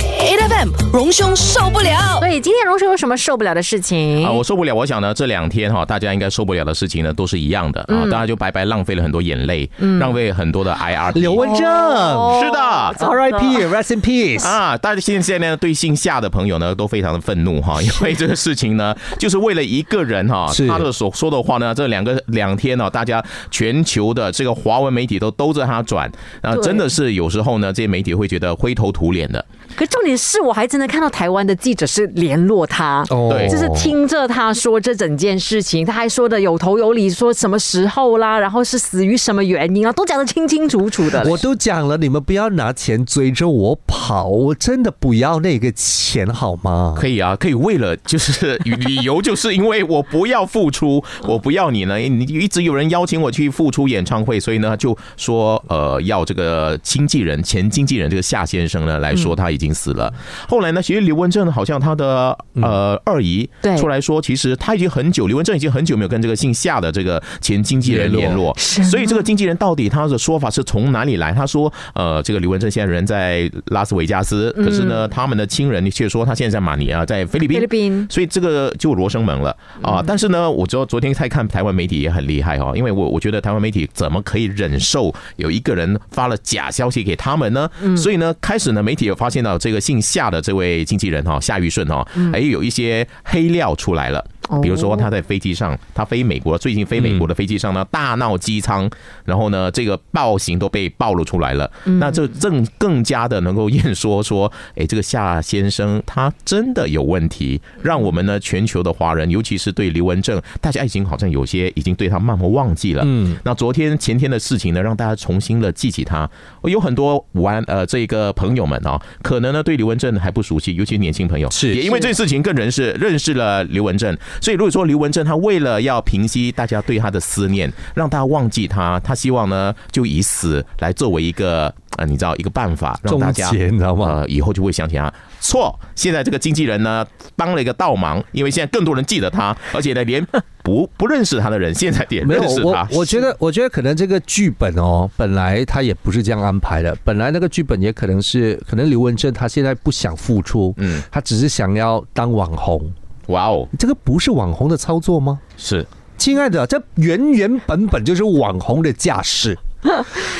FM，荣兄受不了。所以今天荣兄有什么受不了的事情？啊，我受不了。我想呢，这两天哈、大家应该受不了的事情呢，都是一样的啊，嗯大家就白白浪费了很多眼泪，浪费很多的 IR。刘文正、哦是的真 r i p Rest in Peace。啊，大家现在呢对姓夏的朋友呢都非常的愤怒哈，因为这个事情呢，就是为了一个人哈，是他的所说的话呢，这两个两天呢，大家全球的这个华文媒体都兜着他转，啊，对真的是有时候呢，这些媒体会觉得灰头土脸的。可重点是我还真的看到台湾的记者是联络他。哦对就是听着他说这整件事情，他还说的有头有理，说什么时候啦，然后是死于什么原因啊，都讲得清清楚楚的。我都讲了，你们不要拿钱追着我跑，我真的不要那个钱好吗？可以啊，可以为了 就是理由，就是因为我不要付出，我不要你呢，你一直有人邀请我去付出演唱会，所以呢就说呃要这个经纪人前经纪人这个夏先生呢来说他已经死了。后来呢，其实刘文正好像他的呃二姨对出来说，其实他已经很久，刘文正已经很久没有跟这个姓夏的这个前经纪人联联络络，是吗所以这个经纪人到底他的说法是从哪里来？他说，呃，这个刘文正现在人在拉斯维加斯，可是呢，他们的亲人却说他现在在马尼亚，在嗯菲律宾。菲律宾所以这个就罗生门了啊！但是呢，我知道昨天在看台湾媒体也很厉害哦，因为我我觉得台湾媒体怎么可以忍受有一个人发了假消息给他们呢？所以呢，开始呢，媒体也发现到这个姓夏的这位经纪人哈、夏玉顺哈、哎，有一些黑料出来了。比如说他在飞机上，他飞美国，最近飞美国的飞机上呢，大闹机舱，然后呢，这个暴行都被暴露出来了，那这更更加的能够验说说，哎，这个夏先生他真的有问题，让我们呢全球的华人，尤其是对刘文正，大家已经好像有些已经对他慢慢忘记了。嗯，那昨天前天的事情呢，让大家重新的记起他。有很多玩呃这个朋友们哦，可能呢对刘文正还不熟悉，尤其年轻朋友，是也因为这事情更认识认识了刘文正。所以如果说刘文正他为了要平息大家对他的思念，让大家忘记他，他希望呢就以死来作为一个呃你知道一个办法，让大中家钱你知道吗？呃，以后就会想起他。错，现在这个经纪人呢帮了一个倒忙，因为现在更多人记得他，而且呢，连不不认识他的人现在也没认有，识我他。我觉得，我觉得可能这个剧本哦，本来他也不是这样安排的，本来那个剧本也可能是，可能刘文正他现在不想付出，嗯，他只是想要当网红，哇哦，这个不是网红的操作吗？是亲爱的，这原原本本就是网红的 架势。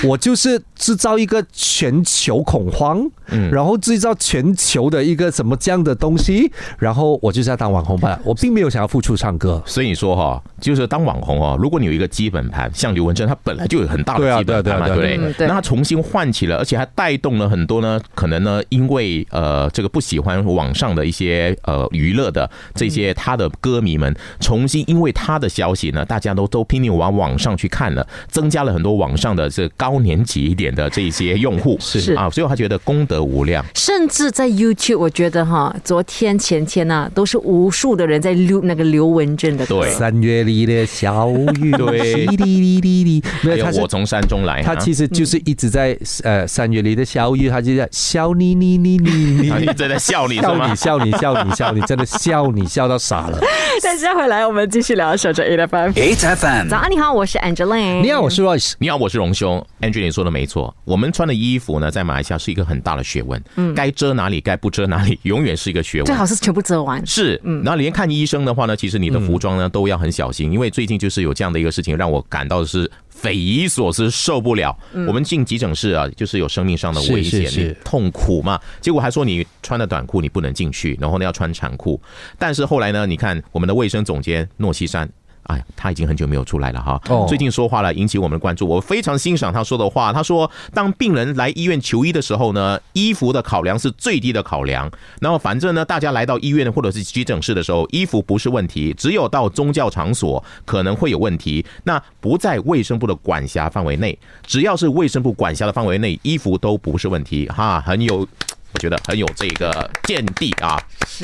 我就是制造一个全球恐慌，嗯然后制造全球的一个什么这样的东西，然后我就是要当网红 吧，我并没有想要付出唱歌。所以说哈、就是当网红哦，如果你有一个基本盘，像刘文正，他本来就有很大的基本盘嘛，对啊对啊对啊不对？嗯对那他重新唤起了，而且还带动了很多呢，可能呢，因为呃这个不喜欢网上的一些呃娱乐的这些他的歌迷们，重新因为他的消息呢，大家都都拼命往网上去看了，增加了很多网上的这高年级一点的这些用户是啊，所以他觉得功德无量。甚至在 YouTube，我觉得哈，昨天前天呐、都是无数的人在溜那个刘文正的歌。对三月里的小雨， 对淅沥沥沥沥，还没有，有他是我嗯从山中来啊，他其实就是一直在呃三月里的小雨，他就在笑你你你你你他一你，直在笑啊 你是笑吗你？笑你笑你笑你，真的笑你笑到 傻了。但下回来我们继续聊守着 A F M。 8 FM. 早安，你好，我是 Angeline。你好，我是 Royce。你好，我是荣兄。Angie，你说的没错，我们穿的衣服呢，在马来西亚是一个很大的学问。嗯，该遮哪里，该不遮哪里， 永远是一个学问。最好是全部遮完。是，然后连看医生的话呢，其实你的服装呢都要很小心，因为最近就是有这样的一个事情，让我感到是匪夷所思，受不了。我们进急诊室啊，就是有生命上的危险，是是是你痛苦嘛。结果还说你穿了短裤你不能进去，然后呢要穿长裤。但是后来呢，你看我们的卫生总监诺西山。哎，他已经很久没有出来了哈。哦最近说话了，引起我们的关注。我非常欣赏他说的话。他说，当病人来医院求医的时候呢，衣服的考量是最低的考量。然后反正呢，大家来到医院或者是急诊室的时候，衣服不是问题，只有到宗教场所可能会有问题。那不在卫生部的管辖范围内，只要是卫生部管辖的范围内，衣服都不是问题哈，很有。我觉得很有这个见地啊，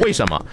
为什么？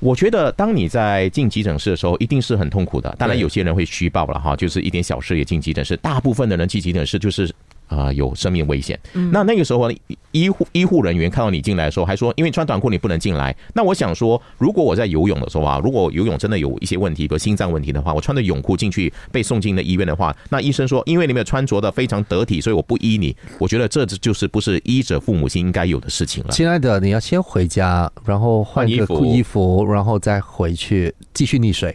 我觉得当你在进急诊室的时候，一定是很痛苦的。当然，对有些人会虚报了哈，就是一点小事也进急诊室。大部分的人去急诊室就是呃有生命危险。那那个时候呢，医护医护人员看到你进来的时候，还说因为穿短裤你不能进来。那我想说，如果我在游泳的时候啊，如果游泳真的有一些问题，比如心脏问题的话，我穿着泳裤进去被送进了医院的话，那医生说因为你没有穿着的非常得体，所以我不医你。我觉得这就是不是医者父母心应该有的事情了。亲爱的，你要先回家，然后换换衣个服衣服，然后再回去继续溺水。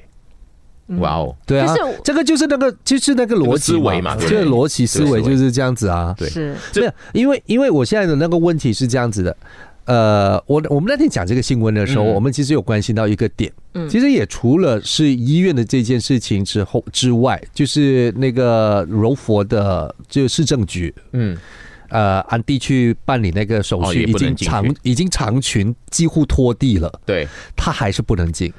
哇哦，对啊可是，这个就是那个就是那个逻辑思维嘛对这个逻辑思维就是这样子啊。对是这没有，因为因为我现在的那个问题是这样子的，呃，我我们那天讲这个新闻的时候，嗯我们其实有关心到一个点，嗯其实也除了是医院的这件事情之后之外，就是那个柔佛的就市政局，嗯，呃，安迪去办理那个手哦续，也已不能经进去长已经长裙几乎拖地了。对，他还是不能进。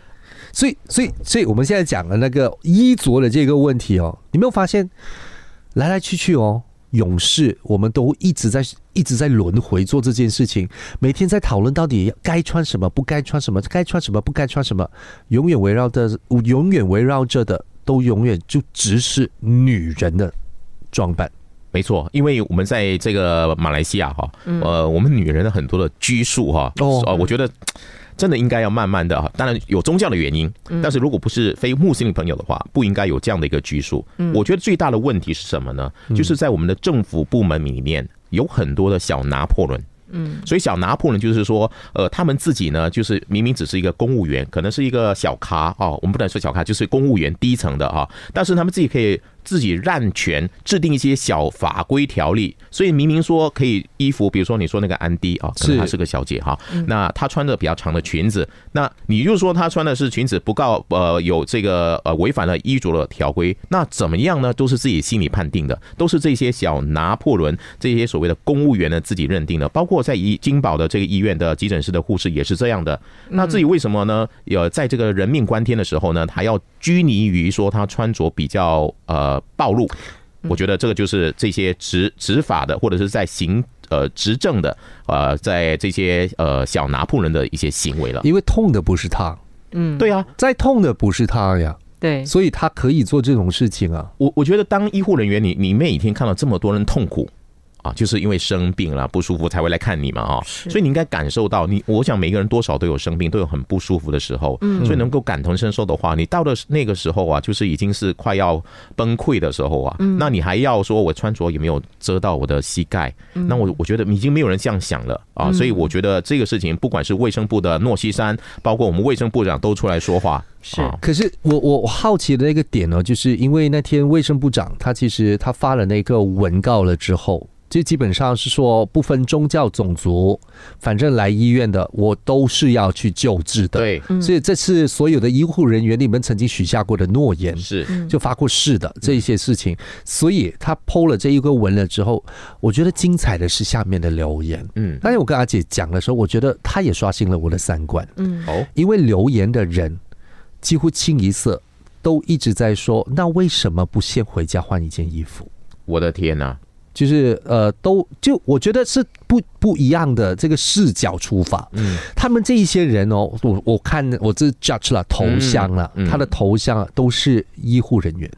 所以，所以，所以我们现在讲的那个衣着的这个问题哦，你没有发现来来去去哦，勇士我们都一直在一直在轮回做这件事情，每天在讨论到底该穿什么，不该穿什么，该穿什么，不该穿什么，永远围绕的，永远围绕着的，都永远就只是女人的装扮。没错，因为我们在这个马来西亚哈，嗯呃，我们女人的很多的拘束哈，哦呃我觉得。真的应该要慢慢的哈，当然有宗教的原因，但是如果不是非穆斯林朋友的话，不应该有这样的一个拘束。我觉得最大的问题是什么呢？就是在我们的政府部门里面有很多的小拿破仑。嗯，所以小拿破仑就是说，呃，他们自己呢，就是明明只是一个公务员，可能是一个小咖哦，我们不能说小咖，就是公务员低层的啊、但是他们自己可以自己滥权，制定一些小法规条例。所以明明说可以衣服，比如说你说那个安迪啊、可能她是是个小姐哈、那她穿着比较长的裙子，那你就说她穿的是裙子不告呃有这个呃违反了衣着的条规，那怎么样呢？都是自己心里判定的，都是这些小拿破仑这些所谓的公务员呢自己认定的，包括在医金宝的这个医院的急诊室的护士也是这样的。那至于为什么呢？呃，在这个人命关天的时候呢，还要拘泥于说他穿着比较呃暴露。我觉得这个就是这些执执法的，或者是在行呃执政的，呃，在这些呃小拿破仑的一些行为了。因为痛的不是他，嗯，对啊，再痛的不是他呀，对，所以他可以做这种事情啊。我我觉得当医护人员，你你每天看到这么多人痛苦。啊，就是因为生病了不舒服才会来看你嘛啊、是所以你应该感受到你，我想每个人多少都有生病，都有很不舒服的时候，嗯，所以能够感同身受的话，你到了那个时候啊，就是已经是快要崩溃的时候啊，嗯、那你还要说我穿着有没有遮到我的膝盖？嗯那我我觉得已经没有人这样想了啊，所以我觉得这个事情，不管是卫生部的诺西山，包括我们卫生部长都出来说话，是啊可是我我我好奇的那个点呢，就是因为那天卫生部长他其实他发了那个文告了之后，就基本上是说不分宗教种族，反正来医院的我都是要去救治的。，对，所以这次所有的医护人员你们曾经许下过的诺言，是，就发过誓的这一些事情，所以他剖了这一个文了之后，我觉得精彩的是下面的留言。嗯，当天我跟阿姐讲的时候，我觉得她也刷新了我的三观。嗯，哦，因为留言的人几乎清一色都一直在说，那为什么不先回家换一件衣服？我的天呐、啊就是呃，都就我觉得是不不一样的这个视角出发。嗯，他们这一些人哦，我我看我这 judge 了头像了，嗯嗯他的头像啊都是医护人员，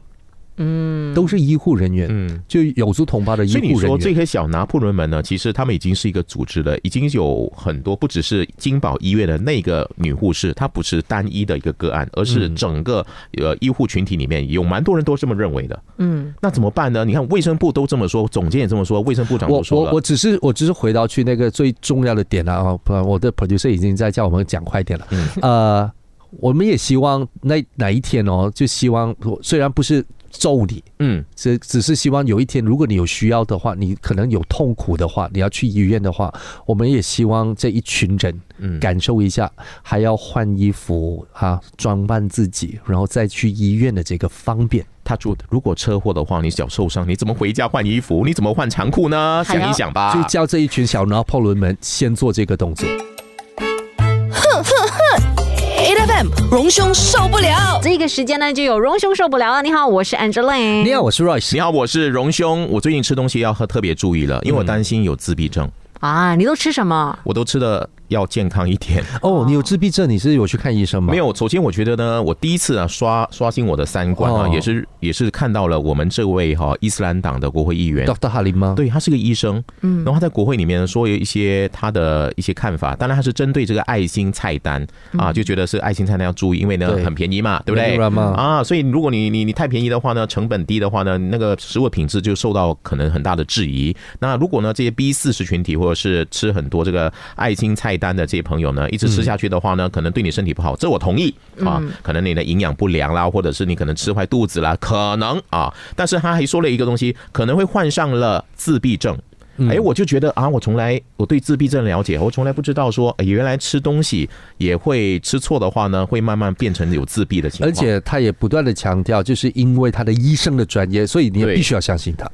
嗯，都是医护人员，嗯。就有族同胞的医所以你护人说员。这些小拿破仑们呢，其实他们已经是一个组织了，已经有很多不只是金宝医院的那个女护士，她不是单一的一个个案，而嗯是整个呃医护群体里面有蛮多人都这么认为的。嗯，那怎么办呢？你看卫生部都这么说，总监也这么说，卫生部长我都说我了。我只是我只是回到去那个最重要的点了啊！不然我的 producer 已经在叫我们讲快点了。嗯呃，我们也希望那哪一天哦，就希望虽然不是咒你，嗯，只只是希望有一天，如果你有需要的话，你可能有痛苦的话，你要去医院的话，我们也希望这一群人嗯感受一下，还要换衣服啊，装扮自己，然后再去医院的这个方便。他说如果车祸的话，你脚受伤，你怎么回家换衣服？你怎么换长裤呢？还要想一想吧。就叫这一群小拿破仑们先做这个动作。 ，A F M 荣兄受不了这个时间呢就有荣兄受不了了。你好，我是 Angeline。你好，我是 Royce。你好，我是荣兄，我最近吃东西要特别注意了，因为我担心有自闭症，啊，你都吃什么？我都吃的要健康一点。哦，你有自闭症，你是有去看医生吗？没，有，首先我觉得呢，我第一次啊刷刷新我的三观啊，哦也是也是看到了我们这位哈、伊斯兰党的国会议员 Doctor 哈林吗？对他是个医生，嗯，然后他在国会里面说有一些他的一些看法，当然他是针对这个爱心菜单啊，就觉得是爱心菜单要注意，因为呢对很便宜嘛，对不当对？然嘛啊，所以如果你你你太便宜的话呢，成本低的话呢，那个食物品质就受到可能很大的质疑。那如果呢这些 B 四十群体或者是吃很多这个爱心菜单的这些朋友呢，一直吃下去的话呢，可能对你身体不好，这我同意啊，可能你的营养不良啦，或者是你可能吃坏肚子啦，可能啊。但是他还说了一个东西，可能会患上了自闭症。嗯哎，我就觉得啊，我从来我对自闭症了解，我从来不知道说，哎原来吃东西也会吃错的话呢，会慢慢变成有啊自闭的情况。而且他也不断的强调，就是因为他的医生的专业，所以你也对必须要相信他。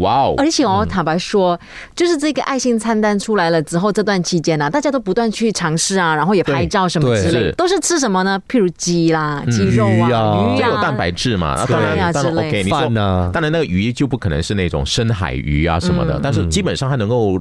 哇哦！而且哦，坦白说，就是这个爱心餐单出来了之后，这段期间呢、啊大家都不断去尝试啊，然后也拍照什么对之类是的，都是吃什么呢？譬如鸡啦、鸡肉鱼啊、啊鱼这啊，有蛋白质嘛？那对当然，啊当然之类 OK。你说饭啊当然那个鱼就不可能是那种深海鱼啊什么的，但嗯是基本上它能够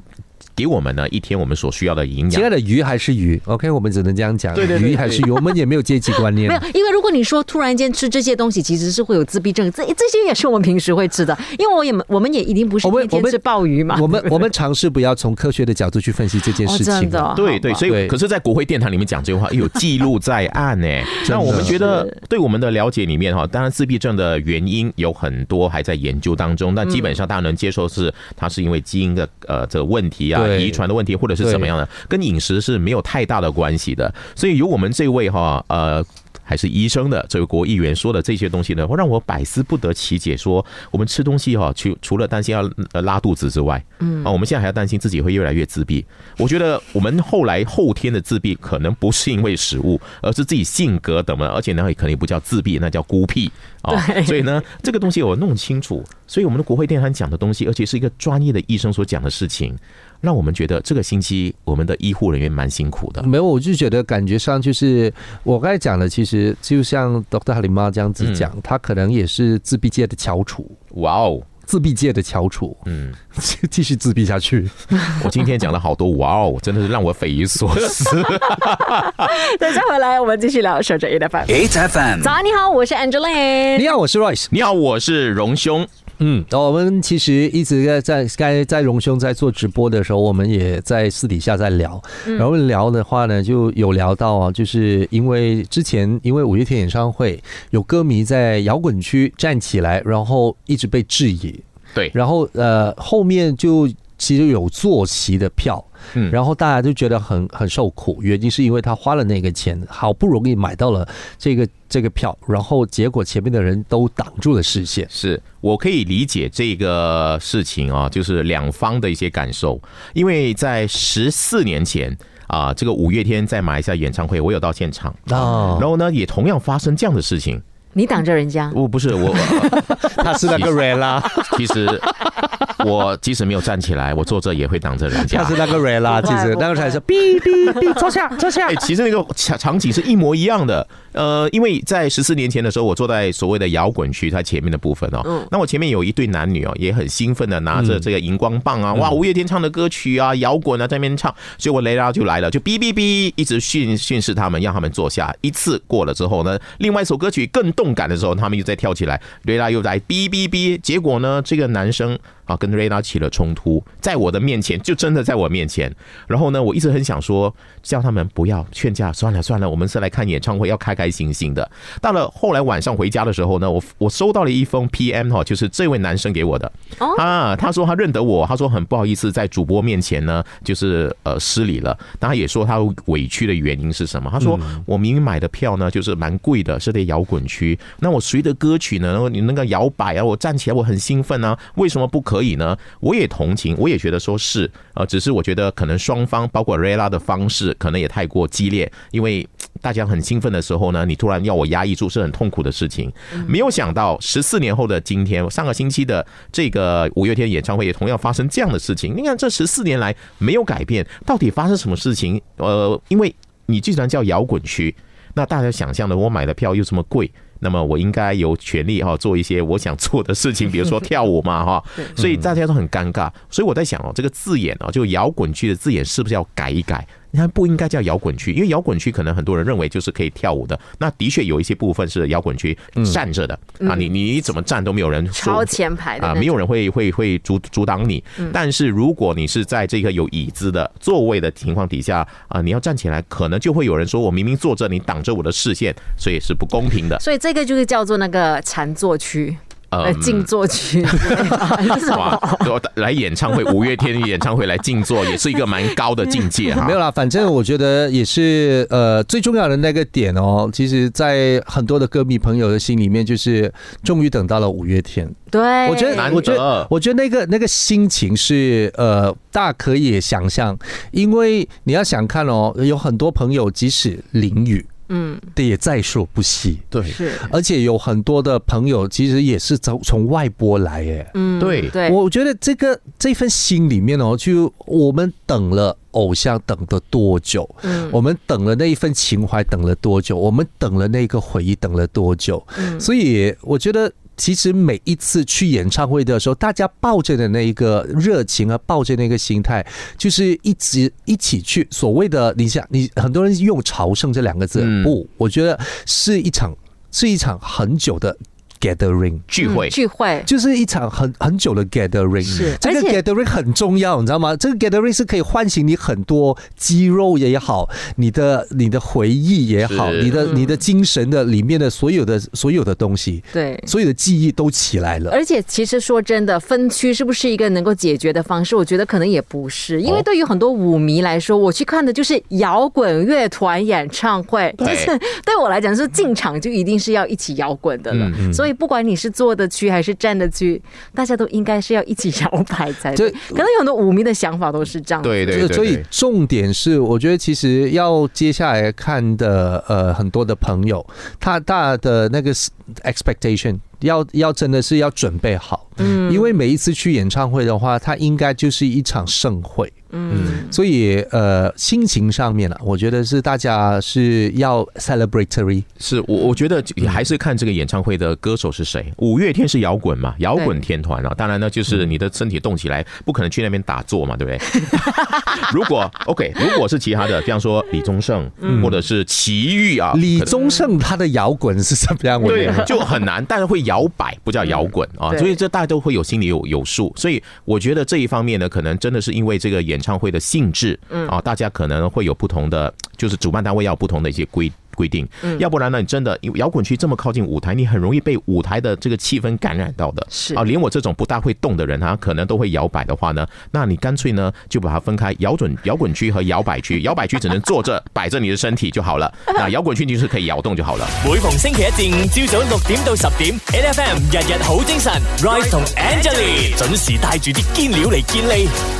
给我们呢一天我们所需要的营亲爱养。的，鱼还是鱼，OK，我们只能这样讲。对对对鱼还是鱼，我们也没有阶级观 念没。有，因为如果你说突然间吃这些东西，其实是会有自闭症，这这些也是我们平时会吃的，因为我也哦我们也一定不是我们天天我们吃鲍鱼嘛。我们我们尝试不要从科学的角度去分析这件哦，事情啊真。的哦，对好对，吧所以对可是，在国会殿堂里面讲这句 话，有记录在案呢。那的我们觉得，对我们的了解里面哈，当然自闭症的原因有很多还在研究当中，嗯但基本上大家能接受是它是因为基因的呃这个问题啊、对遗传的问题或者是怎么样的，跟饮食是没有太大的关系的。所以由我们这位哈呃还是医生的这位国议员说的这些东西呢，会让我百思不得其解说。我们吃东西哈、除除了担心要呃拉肚子之外，嗯啊，我们现在还要担心自己会越来越自闭。我觉得我们后来后天的自闭，可能不是因为食物，而是自己性格等等，而且呢，也可能也不叫自闭，那叫孤僻啊。所以呢，这个东西我弄清楚，所以我们的国会殿堂讲的东西，而且是一个专业的医生所讲的事情，让我们觉得这个星期我们的医护人员蛮辛苦的。没有，我就觉得感觉上就是我刚才讲的，其实就像 Dr. 哈林妈这样子讲，嗯她可能也是自闭界的翘楚，哇哦，自闭界的翘楚，嗯， 继续自闭下去。 我今天讲了好多，哇哦，真的是让我匪夷所 思。 等一下回来我们继续聊，守着 A 的饭。 8FM. 早安，你好，我是 Angeline。你好，我是 Royce。你好，我是荣兄。嗯，我们其实一直在在该在荣兄在做直播的时候，我们也在私底下在聊，然后聊的话呢，就有聊到啊，就是因为之前因为五月天演唱会有歌迷在摇滚区站起来，然后一直被质疑，对，然后呃后面就其实有坐席的票，嗯然后大家就觉得很很受苦，原因是因为他花了那个钱，好不容易买到了这个这个票，然后结果前面的人都挡住了视线。是我可以理解这个事情啊，就是两方的一些感受，因为在十四年前啊，这个五月天在马来西亚演唱会，我有到现场，啊然后呢，也同样发生这样的事情。你挡着人家，我不是 我，我他是那个 Rela，哦 其实我即使没有站起来，我坐这也会挡着人他家是。那个 Rela，不其会实不那个会才是哔哔哔，坐下坐下哎、。其实那个场场景是一模一样的。呃，因为在十四年前的时候，我坐在所谓的摇滚区它前面的部分哦，那我前面有一对男女哦，也很兴奋的拿着这个荧光棒啊，哇，五月天唱的歌曲啊，摇滚啊，在那边唱，所以我雷拉就来了，就哔哔哔，一直训训斥他们，让他们坐下。一次过了之后呢，另外一首歌曲更动感的时候，他们又再跳起来，雷拉又来哔哔哔，结果呢，这个男生。啊，跟瑞拉起了冲突，在我的面前，就真的在我面前。然后呢，我一直很想说，叫他们不要劝架，算了算了，我们是来看演唱会，要开开心心的。到了后来晚上回家的时候呢，我我收到了一封 PM 哈，就是这位男生给我的哦啊，他说他认得我，他说很不好意思在主播面前呢，就是呃失礼了。但他也说他委屈的原因是什么？他说我明明买的票呢，就是蛮贵的，是在摇滚区，那我随着歌曲呢，然后你那个摇摆啊，我站起来我很兴奋啊，为什么不可以呢？我也同情，我也觉得说是，呃，只是我觉得可能双方包括 Rela 的方式可能也太过激烈，因为嘖大家很兴奋的时候呢，你突然要我压抑住是很痛苦的事情。没有想到十四年后的今天，上个星期的这个五月天演唱会也同样发生这样的事情。你看这十四年来没有改变，到底发生什么事情？呃，因为你既然叫摇滚区，那大家想象的，我买的票又这么贵，那么我应该有权利哈、做一些我想做的事情，比如说跳舞嘛 哈、所以大家都很尴尬。所以我在想哦，这个字眼哦，就摇滚区的字眼是不是要改一改？它不应该叫摇滚区，因为摇滚区可能很多人认为就是可以跳舞的，那的确有一些部分是摇滚区站着的、啊，你你怎么站都没有人说超前排的啊，那没种嗯有人会会会阻阻挡你。但是如果你是在这个有椅子的座位的情况底下啊，你要站起来，可能就会有人说我明明坐着，你挡着我的视线，所以是不公平的。所以这个就是叫做那个禅坐区。呃，嗯静坐区， 是啊哇吧？，来演唱会，五月天演唱会来静坐，也是一个蛮高的境 界哈。没有啦，反正我觉得也是呃最重要的那个点哦。其实，在很多的歌迷朋友的心里面，就是终于等到了五月天。对，我觉哎得，难我觉得得，我觉得那个那个心情是呃，大可以想象，因为你要想看哦，有很多朋友即使淋雨，嗯，的也在所不惜。对，是，而且有很多的朋友其实也是从从外波来耶。嗯，对对，我觉得这个这份心里面哦，就我们等了偶像等了多久？嗯我们等了那一份情怀等了多久？我们等了那个回忆等了多久？嗯所以我觉得。其实每一次去演唱会的时候，大家抱着的那一个热情啊，抱着那个心态，就是一直一起去所谓的你想你很多人用朝圣这两个字，嗯不，我觉得是一场是一场很久的 gathering。聚会，聚会，就是一场很很久的 gathering，是这个而且 gathering 很重要，你知道吗？这个 gathering 是可以唤醒你很多肌肉也好，你的你的回忆也好，是你的嗯你的精神的里面的所有的所有的东西，对。所有的记忆都起来了。而且，其实说真的，分区是不是一个能够解决的方式？我觉得可能也不是，因为哦对于很多舞迷来说，我去看的就是摇滚乐团演唱会，就对是 对我来讲是进场就一定是要一起摇滚的了。所以不管你是坐的区还是站的区，大家都应该是要一起摇摆才对。这可能有很多舞迷的想法都是这样。，对对对就是对，所以重点是，我觉得其实要接下来看的呃很多的朋友，他大的那个 expectation 要要真的是要准备好，嗯，因为每一次去演唱会的话，它应该就是一场盛会，嗯，所以呃心情上面啊，我觉得是大家是要 celebratory，是我我觉得也还是看这个演唱会的歌手是谁。五月天是摇滚嘛，摇滚天团啊，当然呢，就是你的身体动起来，不可能去那边打坐嘛，对不对？ 如果 OK，如果是其他的，比方说李宗盛或者是齐豫啊，李可能宗盛他的摇滚是怎么样？我觉对 得，就很难，但是会摇摆，不叫摇滚嗯啊，对所以这大家都会有心里有有数。所以我觉得这一方面呢，可能真的是因为这个演唱会的性质，嗯啊，大家可能会有不同的，就是主办单位要有不同的一些规。规定，要不然呢？你真的因为摇滚区这么靠近舞台，你很容易被舞台的这个气氛感染到的。是啊，连我这种不大会动的人啊，可能都会摇摆的话呢，那你干脆呢就把它分开，摇准摇滚区和摇摆区。摇摆区只能坐着 摆着你的身体就好了，那摇滚区就是可以摇动就好了。每逢星期一至五朝早六点到十点，N F M 日日好精神，Rise 同 Angelie 准时带住啲坚料嚟健利。